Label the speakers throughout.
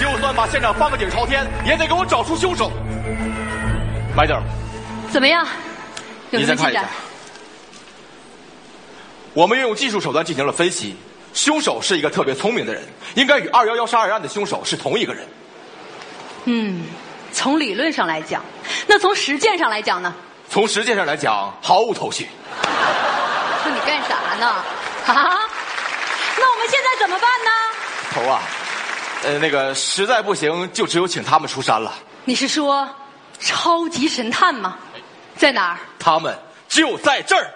Speaker 1: 就算把现场翻个底儿朝天，也得给我找出凶手。白点儿了，
Speaker 2: 怎么样？有
Speaker 1: 您再
Speaker 2: 什么进
Speaker 1: 看一下
Speaker 2: 展？。
Speaker 1: 我们运用技术手段进行了分析，凶手是一个特别聪明的人，应该与二幺幺杀人案的凶手是同一个人。
Speaker 2: 嗯，从理论上来讲，那从实践上来讲呢？
Speaker 1: 从实践上来讲，毫无头绪。
Speaker 2: 说你干啥呢？啊？那我们现在怎么办呢？
Speaker 1: 头啊，呃，那个实在不行，就只有请他们出山了。
Speaker 2: 你是说超级神探吗？在哪儿？
Speaker 1: 他们就在这儿。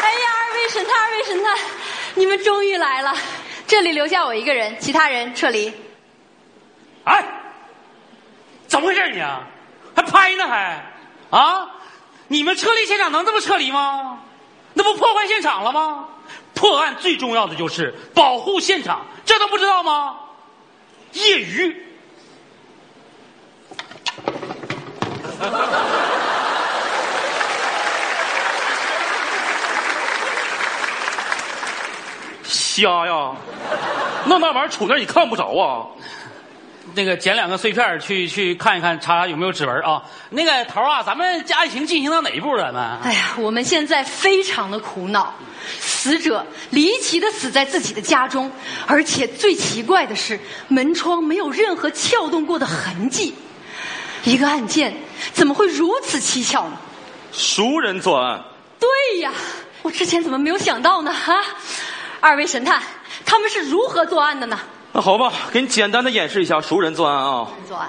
Speaker 2: 哎呀，二位神探，二位神探，你们终于来了！这里留下我一个人，其他人撤离。
Speaker 3: 哎，怎么回事你啊？还拍呢还？啊？你们撤离现场能这么撤离吗？那不破坏现场了吗？破案最重要的就是保护现场，这都不知道吗？业余。瞎呀！那那玩意儿杵那儿你看不着啊。那个捡两个碎片儿去去看一看，查查有没有指纹啊。那个头儿啊，咱们这案情进行到哪一步了？咱们
Speaker 2: 哎呀，我们现在非常的苦恼，死者离奇的死在自己的家中，而且最奇怪的是，门窗没有任何撬动过的痕迹。一个案件怎么会如此蹊跷呢？
Speaker 4: 熟人作案，
Speaker 2: 对呀，我之前怎么没有想到呢？啊，二位神探，他们是如何作案的呢？
Speaker 4: 那好吧，给你简单的演示一下熟人作案啊。
Speaker 2: 作案，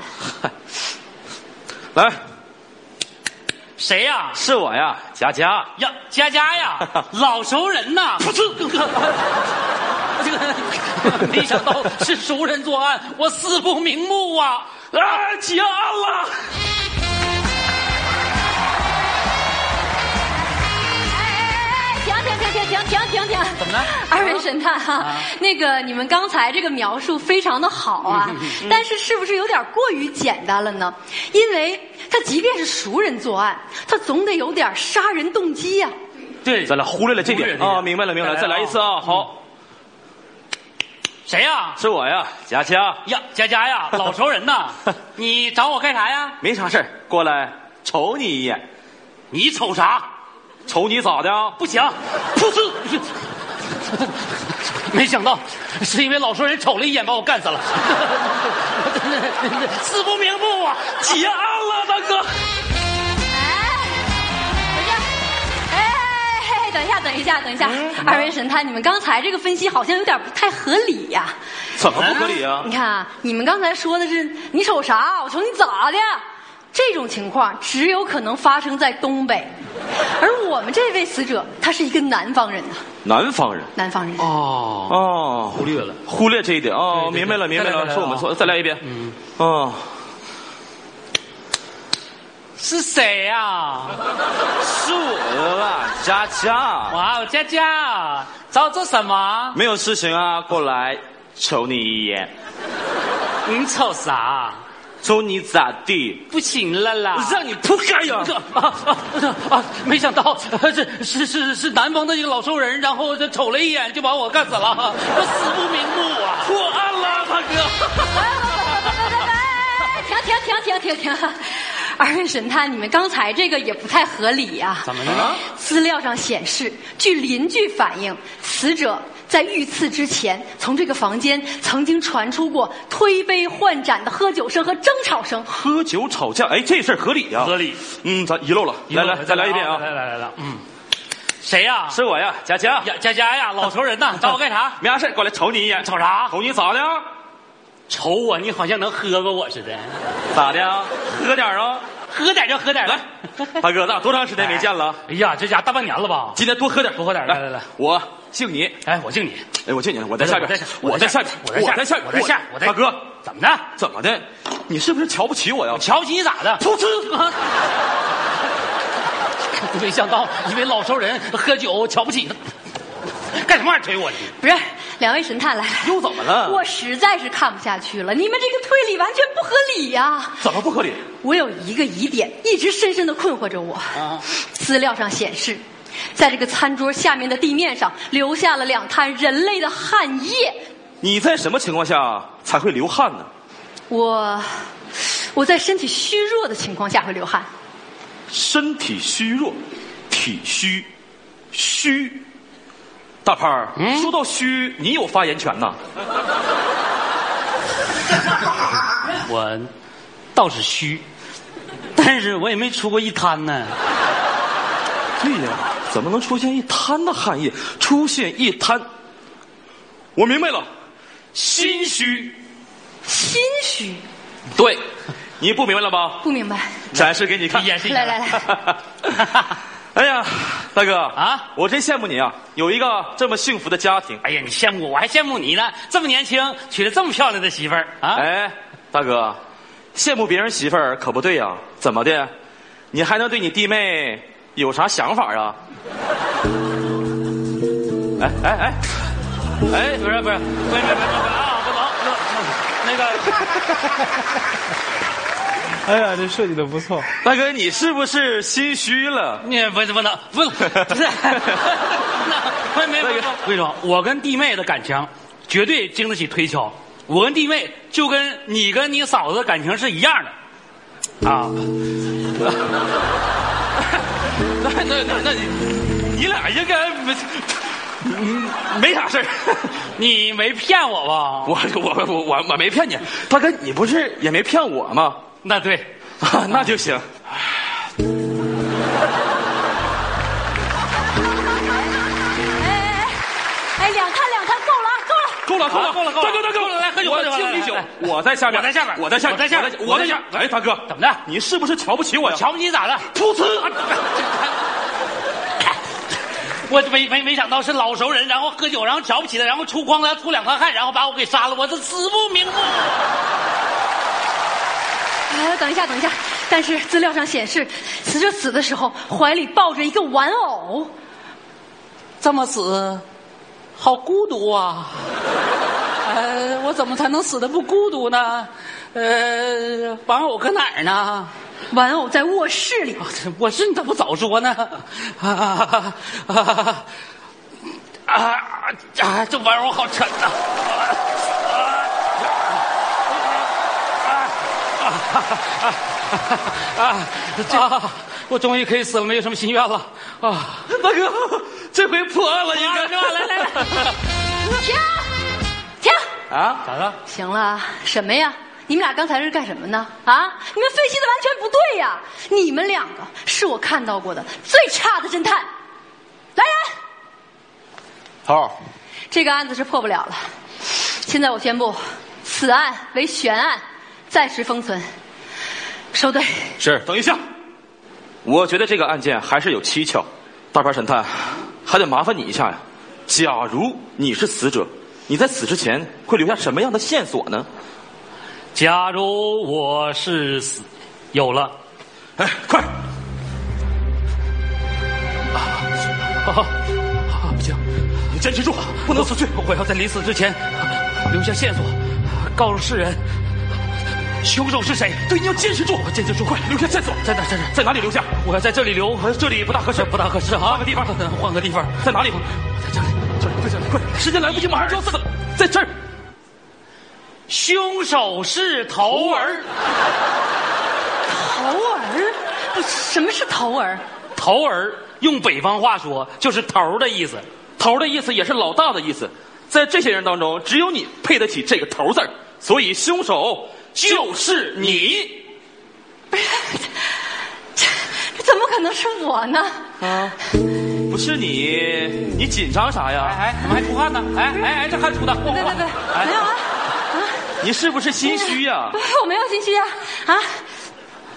Speaker 4: 来，
Speaker 3: 谁呀、
Speaker 4: 是我呀，佳佳。
Speaker 3: 呀，佳佳 呀，老熟人呐！噗嗤这个 没想到是熟人作案，我死不瞑目 啊！
Speaker 4: 啊，结案了！
Speaker 2: 停停停停停停停停！
Speaker 3: 怎么了
Speaker 2: 二位神探哈、
Speaker 3: 啊
Speaker 2: 那个你们刚才这个描述非常的好啊，但是是不是有点过于简单了呢？因为他即便是熟人作案，他总得有点杀人动机呀、
Speaker 3: 对，
Speaker 4: 咱俩忽略了这点啊，明白了，明
Speaker 3: 哎
Speaker 4: 白了，再来一次
Speaker 3: 嗯
Speaker 4: 啊！好，
Speaker 3: 谁呀、
Speaker 4: 是我呀，佳佳。
Speaker 3: 呀，佳佳呀， 老熟人呐！你找我干啥呀？
Speaker 4: 没啥事儿，过来瞅你一眼，
Speaker 3: 你瞅啥？
Speaker 4: 瞅你咋的啊？
Speaker 3: 不行，噗嗤！没想到是因为老熟人瞅了一眼把我干死了，死不瞑目啊！
Speaker 4: 结案了，大哥！
Speaker 2: 哎，等一下，等一下，等一下，二位神探，你们刚才这个分析好像有点不太合理呀、
Speaker 4: 怎么不合理啊
Speaker 2: 你？看啊，你们刚才说的是你瞅啥？我瞅你咋的？这种情况只有可能发生在东北，而我们这位死者他是一个南方人呐，
Speaker 3: 哎
Speaker 4: 南方人
Speaker 2: 南方人。
Speaker 3: 哦，
Speaker 4: 哦，
Speaker 3: 忽略了。
Speaker 4: 忽略这一点哦，
Speaker 3: 对对对
Speaker 4: 明白了，明白
Speaker 3: 再来再
Speaker 4: 了，
Speaker 3: 来
Speaker 4: 是我们
Speaker 3: 啊
Speaker 4: 错，再来一遍。嗯，哦，
Speaker 3: 是谁啊呀、
Speaker 4: 是我啦，佳佳，
Speaker 3: 哇，哦佳佳，找我做什么？
Speaker 4: 没有事情啊，过来瞅你一眼，
Speaker 3: 你瞅啥？
Speaker 4: 瞅你咋地？
Speaker 3: 不行了啦！
Speaker 4: 让你扑街呀！
Speaker 3: 这啊啊啊！没想到呃这是是是南方的一个老熟人，然后这瞅了一眼就把我干死了，我死不瞑目啊！
Speaker 4: 破案了，大哥！
Speaker 2: 停停停停停停！二位神探，你们刚才这个也不太合理呀、
Speaker 3: 怎么了？
Speaker 2: 资料上显示，据邻居反映，死者在遇刺之前，从这个房间曾经传出过推杯换盏的喝酒声和争吵声。
Speaker 4: 喝酒吵架，哎，这事儿合理呀？
Speaker 3: 合理。
Speaker 4: 嗯，咱遗漏了，来来，再来一遍
Speaker 3: 来
Speaker 4: 啊！
Speaker 3: 来来来，嗯，谁呀？
Speaker 4: 是我呀，佳佳，
Speaker 3: 呀，佳佳呀，老熟人 呐，找我干啥？
Speaker 4: 没啥事儿，过来瞅你一眼，
Speaker 3: 瞅啥？
Speaker 4: 瞅你咋的啊？
Speaker 3: 瞅我，啊你好像能喝过我似的，
Speaker 4: 咋的啊？喝点儿啊！
Speaker 3: 喝点就喝点。
Speaker 4: 来，大哥，咱俩多长时间没见了？
Speaker 3: 哎呀，这家大半年了吧？
Speaker 4: 今天多喝点，
Speaker 3: 多喝点来来来，
Speaker 4: 我敬你，
Speaker 3: 哎，我敬你，
Speaker 4: 哎，我敬你，我在下边，
Speaker 3: 我在
Speaker 4: 在
Speaker 3: 下
Speaker 4: 下
Speaker 3: 边
Speaker 4: 边，
Speaker 3: 我在下边
Speaker 4: 我
Speaker 3: 我在
Speaker 4: 在下边，
Speaker 3: 下边我在
Speaker 4: 大哥，
Speaker 3: 怎么的？
Speaker 4: 怎么的？你是不是瞧不 起我呀？
Speaker 3: 瞧不起你咋的？
Speaker 4: 噗嗤！
Speaker 3: 啊！没想到一位老熟人喝酒瞧不起他，干什么玩意儿推我你？
Speaker 2: 不是，两位神探来了，
Speaker 4: 又怎么了
Speaker 2: 我实在是看不下去了，你们这个推理完全不合理呀、
Speaker 4: 怎么不合理？
Speaker 2: 我有一个疑点，一直深深的困惑着我。
Speaker 3: 啊
Speaker 2: 资料上显示，在这个餐桌下面的地面上留下了两滩人类的汗液。
Speaker 4: 你在什么情况下才会流汗呢？
Speaker 2: 我，我在身体虚弱的情况下会流汗。
Speaker 4: 身体虚弱，体虚，虚。大潘儿，
Speaker 3: 嗯
Speaker 4: 说到虚，你有发言权呐。
Speaker 3: 我倒是虚，但是我也没出过一滩呢。
Speaker 4: 对呀、怎么能出现一滩的汗液？出现一滩，我明白了，心虚。
Speaker 2: 心虚，
Speaker 4: 对，你不明白了吧？
Speaker 2: 不明白。
Speaker 4: 展示给你看。
Speaker 3: 演嗯示一
Speaker 2: 来
Speaker 3: 下，
Speaker 2: 来来，
Speaker 4: 哎呀，大哥
Speaker 3: 啊
Speaker 4: 我真羡慕你啊，有一个这么幸福的家庭。
Speaker 3: 哎呀，你羡慕我，我还羡慕你呢，这么年轻娶了这么漂亮的媳妇儿啊！
Speaker 4: 哎，大哥，羡慕别人媳妇儿可不对呀、怎么的？你还能对你弟妹有啥想法啊？哎哎哎哎，不是不是，
Speaker 3: 别别别别啊！不能，那个
Speaker 5: 哎呀，这设计的不错。
Speaker 4: 大哥，你是不是心虚了？
Speaker 3: 你不不能不 不是，没没没，我跟你说，我跟弟妹的感情绝对经得起推敲。我跟弟妹就跟你跟你嫂子感情是一样的啊。
Speaker 4: 那那那那你你俩应该没
Speaker 3: 嗯
Speaker 4: 没啥事 儿。
Speaker 3: 你没骗我吧？
Speaker 4: 我我我我我没骗你，大哥，你不是也没骗我吗？
Speaker 3: 那对，
Speaker 4: 啊， 那就行。
Speaker 2: 哎，两滩两滩够了啊，够了。
Speaker 4: 够了，够了，
Speaker 3: 啊够了够了
Speaker 4: 大哥，大哥，
Speaker 3: 够了来喝酒
Speaker 4: 我
Speaker 3: 喝酒
Speaker 4: 敬你
Speaker 3: 来
Speaker 4: 酒
Speaker 3: 来来，
Speaker 4: 我在下面，
Speaker 3: 我在下面
Speaker 4: 我在下面，
Speaker 3: 我在下面
Speaker 4: 我在下
Speaker 3: 我在下
Speaker 4: 面。哎，大哥，
Speaker 3: 怎么的
Speaker 4: 你是不是瞧不起我呀？
Speaker 3: 瞧不起你咋的？
Speaker 4: 噗呲！
Speaker 3: 我没没没想到是老熟人，然后喝酒，然后瞧不起他，然后出光了，出两滩汗，然后把我给杀了，我这死不瞑目。
Speaker 2: 哎，等一下，等一下。但是资料上显示，死者死的时候怀里抱着一个玩偶。
Speaker 6: 这么死，好孤独啊！呃，我怎么才能死的不孤独呢？呃，玩偶搁哪儿呢？
Speaker 2: 玩偶在卧室里，
Speaker 6: 我是你咋不早说呢？啊啊啊啊
Speaker 3: 啊啊！这玩意儿我好沉呐、啊！啊啊啊啊啊啊！我终于可以死了，没有什么心愿了啊！
Speaker 4: 大哥，这回破案了，应
Speaker 3: 来
Speaker 4: 该
Speaker 3: 来来来，
Speaker 2: 停，停。
Speaker 4: 啊！
Speaker 3: 咋的？
Speaker 2: 行了，什么呀？你们俩刚才是干什么呢？啊，你们分析的完全不对呀！你们两个是我看到过的最差的侦探。来人，
Speaker 1: 头儿，
Speaker 2: 这个案子是破不了了。现在我宣布，此案为悬案，暂时封存。收队。
Speaker 4: 是，等一下，我觉得这个案件还是有蹊跷。大牌神探，还得麻烦你一下呀。假如你是死者，你在死之前会留下什么样的线索呢？
Speaker 3: 假如我是死，有了。
Speaker 4: 哎，快！
Speaker 3: 啊啊！不行，
Speaker 4: 你坚持住，不能死去。
Speaker 3: 我要在临死之前啊留下线索，告诉世人凶手是谁。
Speaker 4: 对，你要坚持住，
Speaker 3: 坚持住，
Speaker 4: 快留下线索，
Speaker 3: 在哪儿？在哪儿？
Speaker 4: 在哪里留下？
Speaker 3: 我要在这里留，这里不大合适，不大合适啊！换个地方，换个地方，
Speaker 4: 在哪里？
Speaker 3: 在这里，这里，快这里，快！
Speaker 4: 时间来不及，马上就要死了，在这儿。
Speaker 3: 凶手是头儿，
Speaker 2: 头儿？不，什么是头儿？
Speaker 3: 头儿用北方话说就是头儿的意思。
Speaker 4: 头儿的意思也是老大的意思，在这些人当中，只有你配得起这个头儿字儿，所以凶手就是你。
Speaker 2: 这怎么可能是我呢？
Speaker 3: 啊
Speaker 4: 不是你，你紧张啥
Speaker 3: 哎
Speaker 4: 呀？
Speaker 3: 哎，怎么还出汗呢？哎哎哎，这哎汗出的。别
Speaker 2: 别别 别，没有啊！
Speaker 4: 你是不是心虚呀
Speaker 2: 不？ 我没有心虚啊！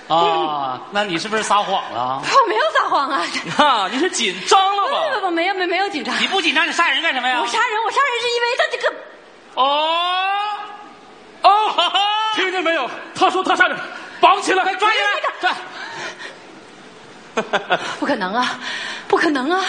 Speaker 2: 啊，
Speaker 3: 啊，那你是不是撒谎了？
Speaker 2: 我没有撒谎啊！
Speaker 4: 哈，你是紧张
Speaker 2: 不不
Speaker 4: 了吧？
Speaker 2: 不，没有没没有紧张。
Speaker 3: 你不紧张，你杀人干什么呀
Speaker 2: 我？杀人，我杀人是因为他这个
Speaker 3: 哦哦，哈哈
Speaker 4: 停！听见没有？他说他差点绑起来，
Speaker 3: 快抓起来！抓！
Speaker 2: 不可能啊，不可能啊！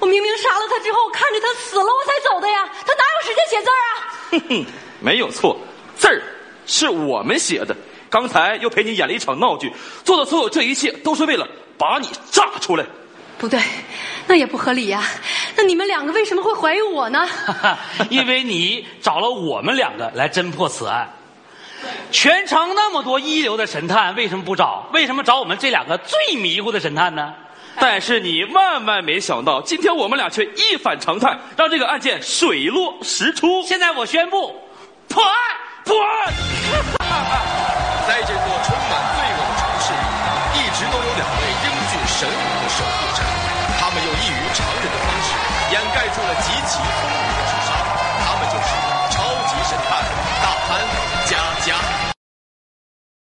Speaker 2: 我明明杀了他之后，看着他死了我才走的呀，他哪有时间写字儿啊？
Speaker 4: 哼哼，没有错，字儿是我们写的。刚才又陪你演了一场闹剧，做的所有这一切都是为了把你炸出来。
Speaker 2: 不对，那也不合理呀、那你们两个为什么会怀疑我呢？
Speaker 3: 因为你找了我们两个来侦破此案，全城那么多一流的神探，为什么不找？为什么找我们这两个最迷糊的神探呢？
Speaker 4: 但是你万万没想到，今天我们俩却一反常态，让这个案件水落石出。
Speaker 3: 现在我宣布，破案！
Speaker 4: 破案！
Speaker 1: 在这座充满罪恶的城市里，一直都有两位英俊神武的守护者，他们用异于常人的方式掩盖住了极其丰腴的智商，他们就是超级神探大潘佳佳。